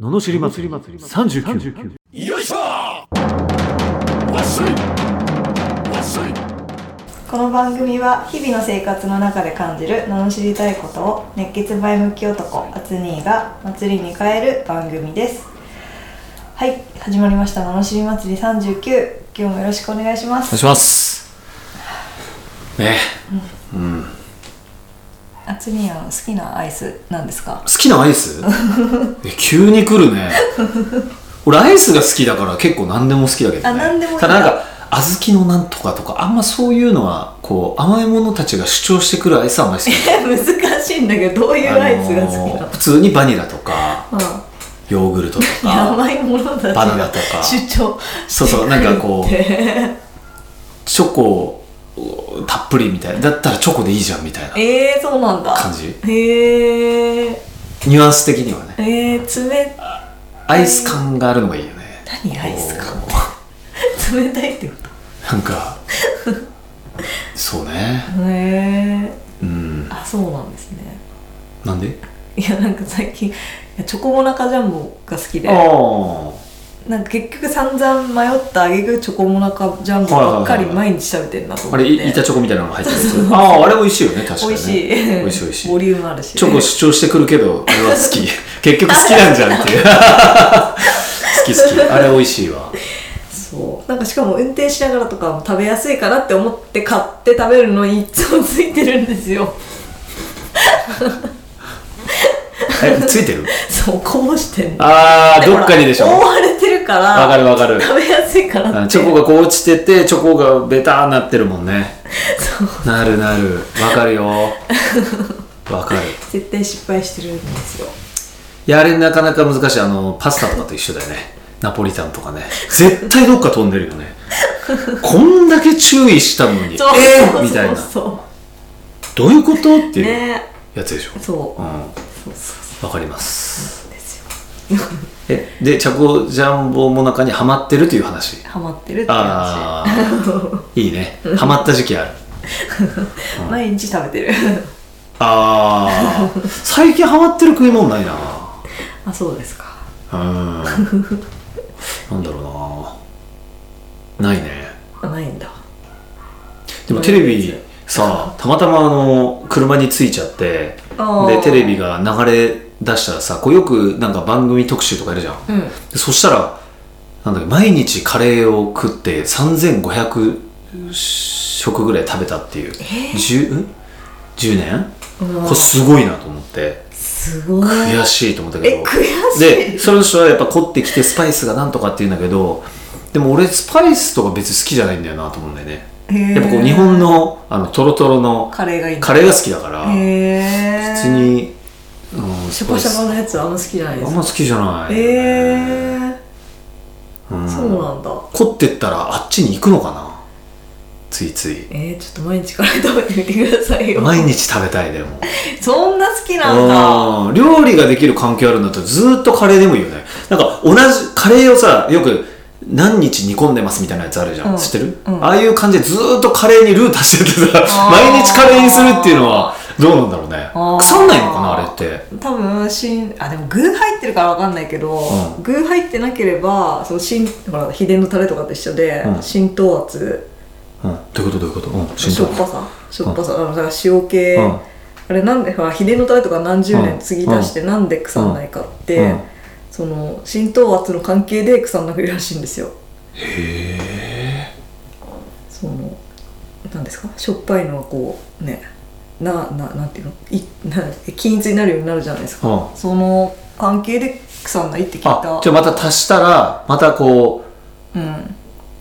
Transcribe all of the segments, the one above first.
ののしり祭り39よいしょわっしょいわっしょいこの番組は日々の生活の中で感じる罵りたいことを熱血前向き男アツニーが祭りに変える番組ですはい始まりました罵り祭り39今日もよろしくお願いしまお願いすしますねアツニーは好きなアイスなんですか好きなアイスえ急に来るね俺アイスが好きだから結構何でも好きだけどねあ何でもいいんだただなんか小豆のなんとかとかあんまそういうのはこう甘いものたちが主張してくるアイスはあんまり好き 難しいんだけどどういう アイスが好きあのー普通にバニラとかなの、ヨーグル トとうん、か甘いものだバナ ナとか出張そうそうなんかこうえチョコをたっぷりみたいなだったらチョコでいいじゃんみたいな えー、そうなんだ感じへえー、ニュアンス的にはねえー、冷アイス感があるのがいいよね何アイス感こう冷たいってこなんかそうねとへえうー、んあそうなんですねなんでいやなんか最近いやチョコモナカジャンボが好きでああなんか結局散々迷ったあげくチョコモナカジャンボばっかり毎日食べてるなと思あってれい板チョコみたいなのが入ってるや つあああれ美味しいよね確かに美ね味しい美味しい美 味しボいリュームあるしチョコ主張してくるけどあれは好き結局好きなんじゃんっていう 好き好きあれ美味しいわそうなんかしかも運転しながらとかも食べやすいかなって思って買って食べるのにいつもついてるんですよえついてるそうこぼしてんのああどっかにでしょほら覆わわれてるからかるわかる食べやすいかなってあチョコがこう落ちててチョコがベターなってるもんね そうなるなるわかるよわかる絶対失敗してるんですよいやあれなかなか難しいあのパスタとかと一緒だよねナポリタンとかね絶対どっか飛んでるよねこんだけ注意したのにそうえそー、うみたいなそどういうことっていううねやつでしょ、そううんわそうそかりますうですよえでチャコジャンボも中にはまってるという話ハマってるって話ああ いいねはまった時期ある毎日食べてる ああ最近ハマってる食い物ないなあそうですかうんなんだろうなないねあないんだでもテレビさたまたまあの車についちゃってあーでテレビが流れ出したらさこうよくなんか番組特集とかやるじゃんうんでそしたらなんだっけ毎日カレーを食って3500食ぐらい食べたっていう、10, ん10年うんこれすごいなと思ってすごい悔しいと思ったけどえ悔しでいその人はやっぱ凝ってきてスパイスがなんとかって言うんだけどでも俺スパイスとか別に好きじゃないんだよなと思うんだよねへーやっぱこう日本のあのトロトロのカレーがいいカレーが好きだからへ普え通に、うん、スシャバパイシャスバのやつあんま好きじゃないであんすま好きじゃないへえうんそうなんだ凝ってったらあっちに行くのかなついついえー、ちょっと毎日カレー食べてみてくださいよ毎日食べたいでもそんな好きなんだうん料理ができる環境あるんだったらずっとカレーでもいいよねなんか同じカレーをさよく何日煮込んでますみたいなやつあるじゃん、うん知ってる、うんああいう感じでずっとカレーにルー足しててさあー毎日カレーにするっていうのはどうなんだろうねあー腐んないのかなあれって多分しんあでも具入ってるからわかんないけど、うん具入ってなければそのしんほら秘伝のタレとかと一緒で、うん浸透圧うんどういうことどういうことうん浸し透ょっぱさしょっぱさ、あのだから塩系、うんあれなんでほら秘伝のタレとか何十う年ん継ぎ足してなんで腐んないかって、うんその浸透圧の関係で腐んなくいるらしいんですよへえそのなんですかしょっぱいのはこうねなななんていうのいな均一になるようになるじゃないですか、うんその関係で腐んないって聞いあたじゃあまた足したらまたこうん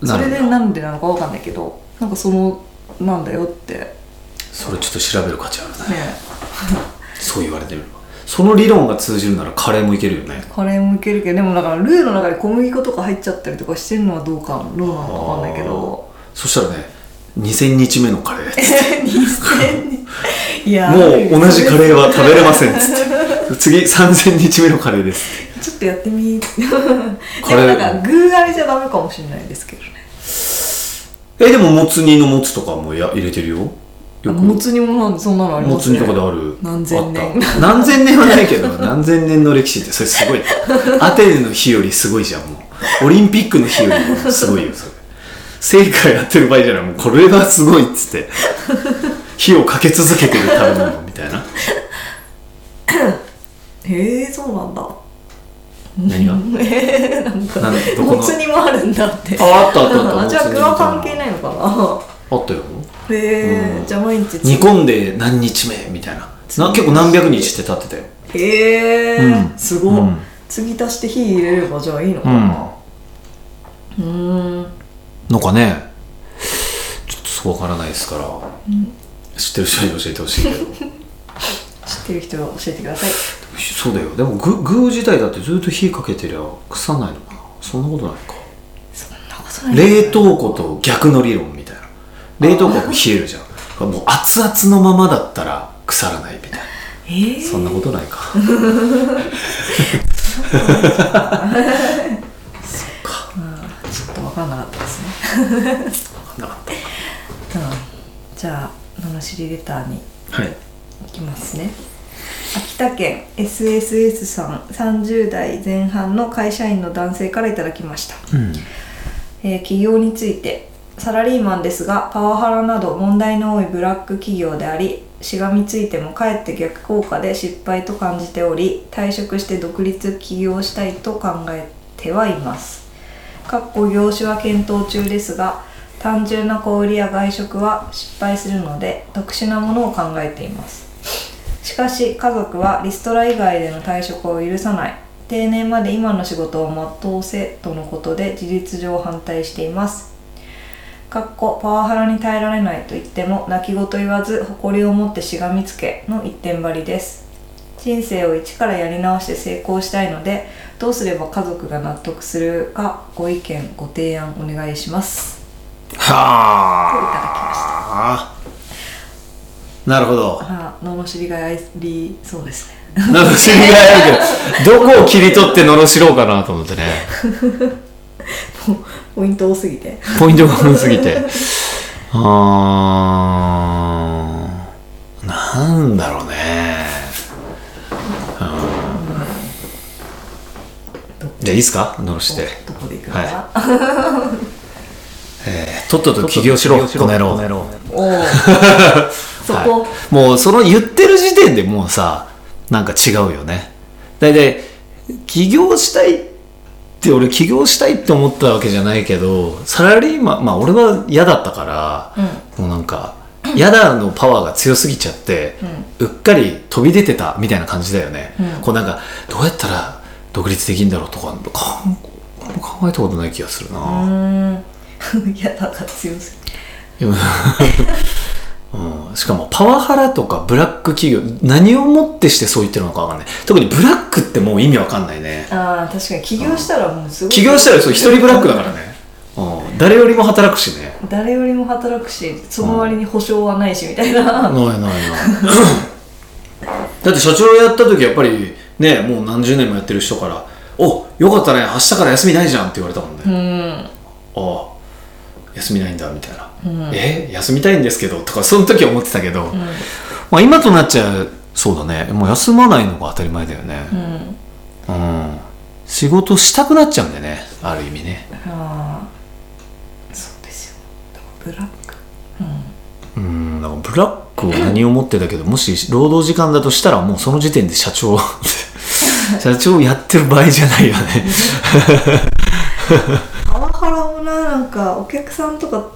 うそれなるでんだなんでなのかわかんないけどなんかそのなんだよってねそれちょっと調べる価値あるねそう言われてみればその理論が通じるならカレーもいけるよねカレーもいけるけどでもだからルーの中に小麦粉とか入っちゃったりとかしてるのはどうかどうなのかわかんないけどそしたらね2000日目のカレー いやもう同じカレーはは食べれませんっつって次3000日目のカレーですちょっとやってみ でもカレーなんか具あれじゃダメかもしれないですけどねえでももつ煮のもつとかもや入れてるよよくもつ煮もなんそんなのありもまつすね煮とかである何千年あった何千年はないけど何千年の歴史ってそれすごいアテネの日よりすごいじゃんもうオリンピックの日よりもすごいよそれ聖火やってる場合じゃないもうこれがすごいっつって火をかけ続けてる食べ物みたいなへえそうなんだ何 がえー、なんかなんどこのもつ煮もあるんだってああったあったあった じゃあ具は関係いないのかあったよなへえ、うんじゃあ毎日煮込んで何日目みたいなな結構何百日って経ってたよへえ、うんすごい、うん継ぎ足して火入れればじゃあいいのかうんなうーんのかねちょっとそうわからないですから、知ってる人に教えてほしいけど 知ってる人は教えてくださいそうだよでも具具自体だってずっと火かけてりゃ腐んないのかなそんなことないかそんなことない冷凍庫と逆の理論みたいな冷凍庫は冷えるじゃんもう熱々のままだったら腐らないみたいえー、なそんなことないかちょっと分かんなかったですねなかっうんじゃあののしりレターにたはいいきますね秋田県 SSS さん30代前半の会社員の男性からいただきました、うんえー起業についてサラリーマンですがパワハラなど問題の多いブラック企業でありしがみついてもかえって逆効果で失敗と感じており退職して独立起業したいと考えてはいますかっこ業種は検討中ですが単純な小売りや外食は失敗するので特殊なものを考えていますしかし家族はリストラ以外での退職を許さない定年まで今の仕事を全うせとのことで事実上反対していますかっこパワハラに耐えられないと言っても泣き言言わず誇りを持ってしがみつけの一点張りです人生を一からやり直して成功したいのでどうすれば家族が納得するかご意見ご提案お願いしますといただはきましあたなるほどあー罵りがありそうですね なんか知り合いだけど、どこを切り取って罵ろうかなと思ってね。ポイント多すぎてポイントが多すぎて。あー、なんだろうね。うんじゃあいいですか罵して。どこでいくのかな、はとっとと起業しろ、この野郎。おお そこ、はい、もうその言ってる時点でもうさなんか違うよねだいたい起業したいって俺起業したいって思ったわけじゃないけどサラリーマンまあ俺は嫌だったから、もうなんか嫌だのパワーが強すぎちゃって、うっかり飛び出てたみたいな感じだよね、うんこうなんかどうやったら独立できるんだろうとかかん考えたことない気がするな、うーん いやだから強すぎうん、しかもパワハラとかブラック企業何をもってしてそう言ってるのかわかんない特にブラックってもう意味わかんないねああ確かに起業したらもうすごい起業したらそう一人ブラックだからね、うん、誰よりも働くしね誰よりも働くしその割に保証はないしみたいな、ないないないだって社長やった時やっぱりねもう何十年もやってる人から「およかったね明日から休みないじゃん」って言われたもんね、ああ休みないんだみたいな「え休みたいんですけど」とかその時は思ってたけど、まあ、今となっちゃうそうだねもう休まないのが当たり前だよねうんうんうん、仕事したくなっちゃうんだよねある意味ねああそうですよブラックうんだからブラックを何を持ってだけどもし労働時間だとしたらもうその時点で社長 社長やってる場合じゃないよねパワハラもななんかお客さんとか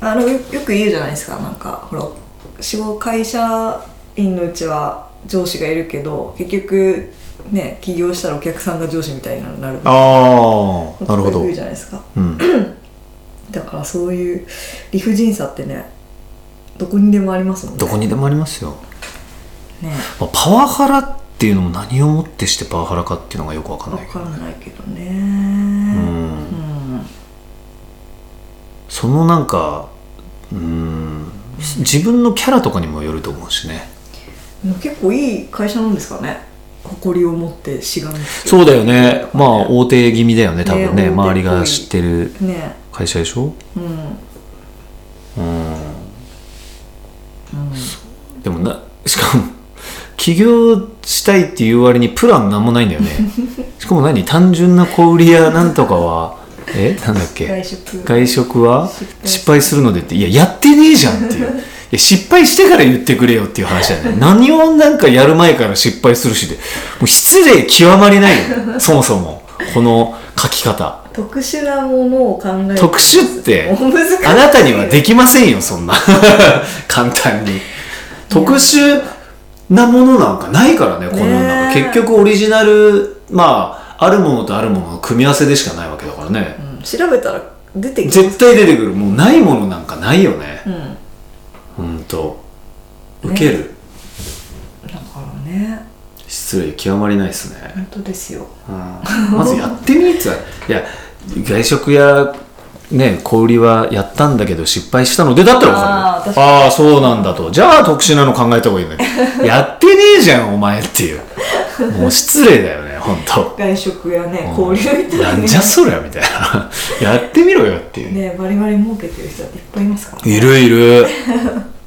あのよよく言うじゃないですかなんかほら仕事会社員のうちは上司がいるけど結局ね起業したらお客さんが上司みたいになるああなるほとかど言うじゃないですかうん、 だからそういう理不尽さってねどこにでもありますもんねどこにでもありますよ、ねまあ、パワハラっていうのも何をもってしてパワハラかっていうのがよくわかんわないけかどんないけどねうんうんそのなんかうん自分のキャラとかにもよると思うしねでも結構いい会社なんですかね誇りを持ってしがみつそうだよねまあ大手気味だよね多分ねね周りが知ってるね会社でしょうんうん起業したいっていう割にプランなんもないんだ よねしかも何単純な小売りやなんとかはえなんだっけ外食外食は失敗失敗するのでっていややってねえじゃんって いういや失敗してから言ってくれよっていう話だよね何をなんかやる前から失敗するしでもう失礼極まりないよねそもそもこの書き方特殊なものを考える特殊ってもう難しいあなたにはできませんよそんな 簡単に特殊なものなんかないからねこの世の中、ねえ結局オリジナルまああるものとあるものの組み合わせでしかないわけだからね、うん調べたら出てきます絶対出てくるもうないものなんかないよねうんだほんとウケる、からね失礼極まりないですね、本当ですようんまずやってみるっつうのはいや外食やね小売りはやったんだけど失敗したのでだったら分あかー確るああーそうなんだとじゃあ特殊なの考えた方がいいねやってねえじゃんお前っていうもう失礼だよねほんと外食やね交流みたいななんねじゃそりゃみたいなやってみろよっていう、ねバリバリ儲けてる人っていっぱいいますからねいるいる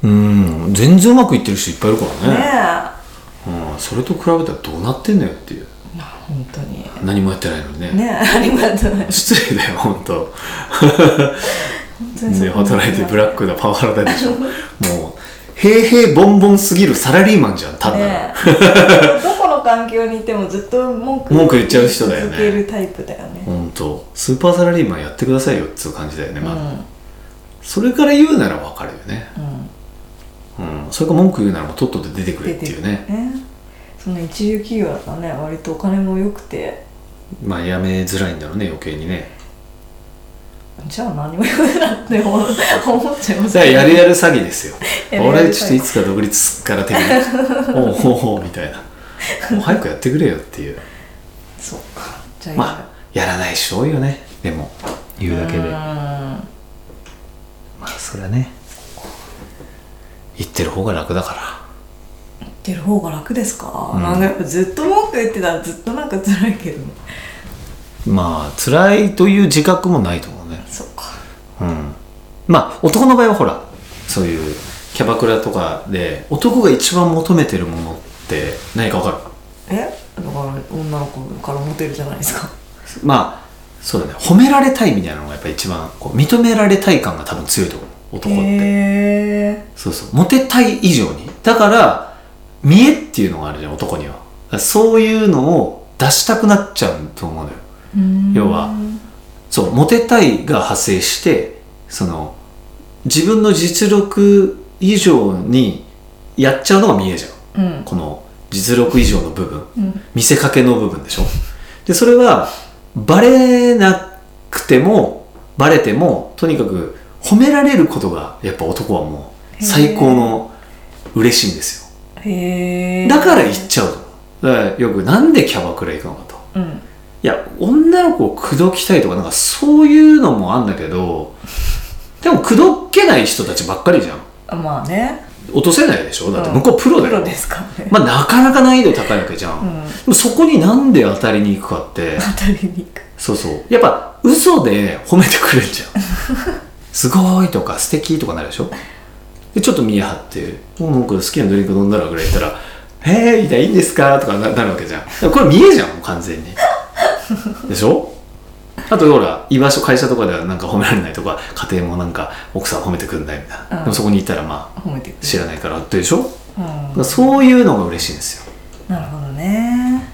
うん全然うまくいってる人いっぱいいるからねねうん、それと比べたらどうなってんだよっていうえな本当に何もやってないのにねねえありがとうございます失礼だよ本当本当にそでこまで働いてブラックだパワハラだで しょもう平々ボンボンすぎるサラリーマンじゃんただの、ねえどこの環境にいてもずっと文句文句言っちゃう人だよね続けるタイプだよね本当スーパーサラリーマンやってくださいよっつう感じだよねうまあ、んそれから言うならわかるよね、うんうん、それか文句言うならもうとっとと出てくれっていうねねその一流企業だからね割とお金も良くてまあやめづらいんだろうね余計にねじゃあ何も言うなって思思っちゃいますじゃあやるやる詐欺ですよやるやる詐欺俺ちょっといつか独立すっから手におうおうおうみたいなもう早くやってくれよっていうそうかじゃあ、まあやらない人多いよねでも言うだけでうーんまあそれはね言ってる方が楽だから言ってる方が楽ですか、うんなんかやっぱずっと文句言ってたらずっとなんか辛いけどまあ辛いという自覚もないと思うねそうかうんまあ男の場合はほらそういうキャバクラとかで男が一番求めてるものって何か分かえだから女の子からモテるじゃないですかるまあそうだね褒められたいみたいなのがやっぱ一番こう認められたい感が多分強いと思う男って、へえそうそうモテたい以上にだから見栄っていうのがあるじゃん男にはだからそういうのを出したくなっちゃうと思うのよ要はそうモテたいが派生してその自分の実力以上にやっちゃうのが見えじゃんうんこの実力以上の部分うん見せかけの部分でしょでそれはバレなくてもバレてもとにかく褒められることがやっぱ男はもう最高の嬉しいんですよへえだから行っちゃうとだからよくなんでキャバクラ行くのかとうんいや女の子を口説きたいとかなんかそういうのもあんだけどでも口説けない人たちばっかりじゃんまあね落とせないでしょだってうん向こうプロプだよ、ロですからね、まあなかなか難易度高いわけじゃん、うでんもそこになんで当たりに行くかって当たりに行くそうそうやっぱ嘘で褒めてくれるじゃん すごいとか素敵とかなるでしょでちょっと見え張って「おなんか好きなドリンク飲んだら」ぐらい言ったら「えー、みたいないいんですか?」とかななるわけじゃんだからこれ見えじゃんもう完全にでしょあとほら居場所会社とかではなんか褒められないとか家庭もなんか奥さん褒めてくんないみたいな、うんでもそこにいたらまあ褒めてくれる知らないからってでしょだかうんらそういうのが嬉しいんですよなるほどね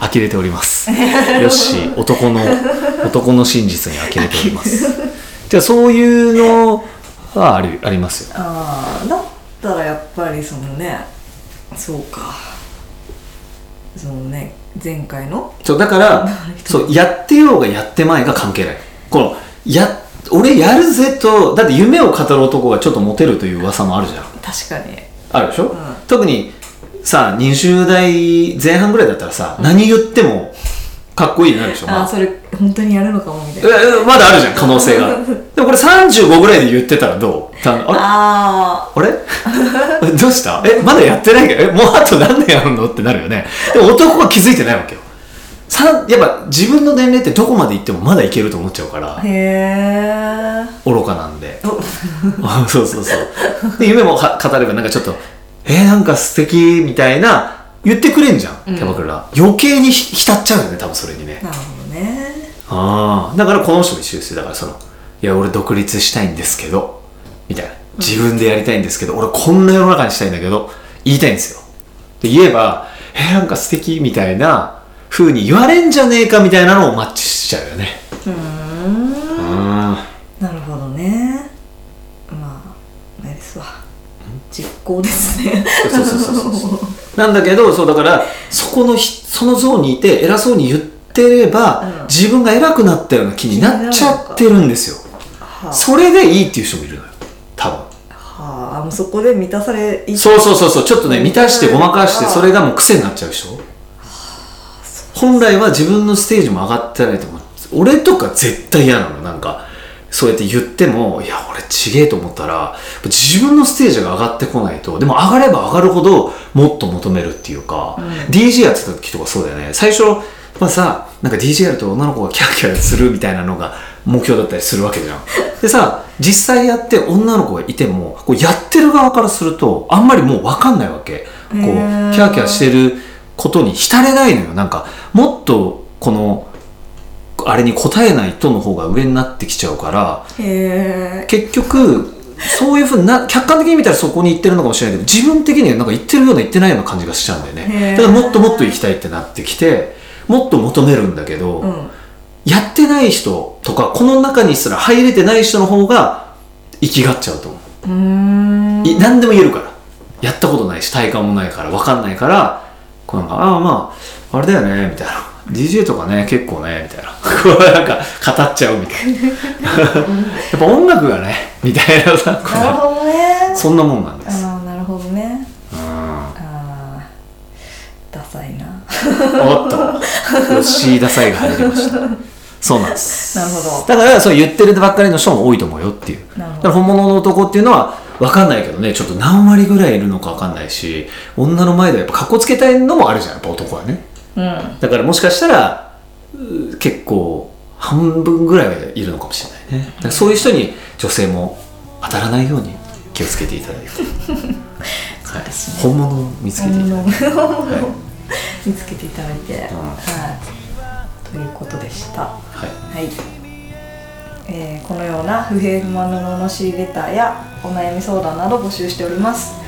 呆れており ます。よっしー、男の、男の真実に呆れております。じゃあ、そういうのはありありますよ。ああだったらやっぱりそのねそうかそのね前回のそう、だから、そう、やってようがやってまいが関係ない。この、や、俺やるぜと、だって夢を語る男がちょっとモテるという噂もあるじゃん。確かにあるでしょ、ん特に、さ、20代前半ぐらいだったらさ、何言っても、かっこいいになるでしょ、まああそれ本当にやるのかもみたいなええまだあるじゃん、可能性が。でもこれ35ぐらいで言ってたらどうたあれああれ どうしたえまだやってないけどえもうあと何年やるのってなるよねでも男は気づいてないわけよさやっぱ自分の年齢ってどこまで行ってもまだいけると思っちゃうからあへ え愚かなんでそうそうそうで夢もは語ればなんかちょっとえー、なんか素敵みたいな言ってくれんじゃんキうんャバクラ、余計にひ浸っちゃうよね多分それにねなるほどねああだからこの人も一緒ですよだからそのいや俺独立したいんですけどみたいな自分でやりたいんですけど俺こんな世の中にしたいんだけど言いたいんですよで言えばえー、なんか素敵みたいな風に言われんじゃねえかみたいなのをマッチしちゃうよねうーんうんなるほどねまああれですわ実行ですねそうそうそうそうなんだけどそうだからそこのひそのゾーンにいて偉そうに言ってれば、うん自分が偉くなったような気になっちゃってるんですよはそれでいいっていう人もいるのよ多分あ、はあ、もうそこで満たされいそうそうそうそうちょっとね満たしてごまかしてうんそれがもう癖になっちゃう人本来は自分のステージも上がってないと思う俺とか絶対嫌なのなんかそうやって言ってもいや俺ちげえと思ったら自分のステージが上がってこないとでも上がれば上がるほどもっと求めるっていうか、うん DJ やってた時とかそうだよね最初まあさなんか DJ やると女の子がキャーキャーするみたいなのが目標だったりするわけじゃんでさ実際やって女の子がいてもこうやってる側からするとあんまりもう分かんないわけこうへキーャーキャーしてることに浸れないのよなんかもっとこのあれに応えないとの方が上になってきちゃうからへえ結局そういうふうにな客観的に見たらそこに行ってるのかもしれないけど自分的にはなんか行ってるような行ってないような感じがしちゃうんだよへねーだからもっともっと行きたいってなってきてもっと求めるんだけど、うんやってない人とかこの中にすら入れてない人の方が生きがっちゃうと思ううーんい何でも言えるからやったことないし体感もないから分かんないからこうなんかああまああれだよねみたいな DJ とかね結構ねみたいなこうなん か語っちゃうみたいなやっぱ音楽がねみたいなさこうなるほど ねそんなもんなんですああなるほどねうんああダサいな なおっと吉井ダサいが入りましたそうなんですなるほどだからそう言ってるばっかりの人も多いと思うよっていうなるほだどから本物の男っていうのは分かんないけどねちょっと何割ぐらいいるのか分かんないし女の前ではやっぱかっこつけたいのもあるじゃんやっぱ男はねうんだからもしかしたらうー結構半分ぐらいはいるのかもしれないねだからそういう人に女性も当たらないように気をつけていただいて、はい、本物を見つけていただいて、はい 見つけていただいて、んはいということでしたははいい、えーこのような不平不満の罵りレターやお悩み相談など募集しております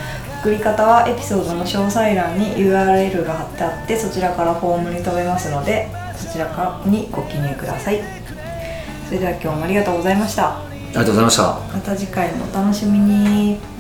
送り方はエピソードの詳細欄に URL が貼ってあってそちらからフォームに飛べますのでそちらからにご記入くださいそれでは今日もありがとうございましたありがとうございましたまた次回もお楽しみに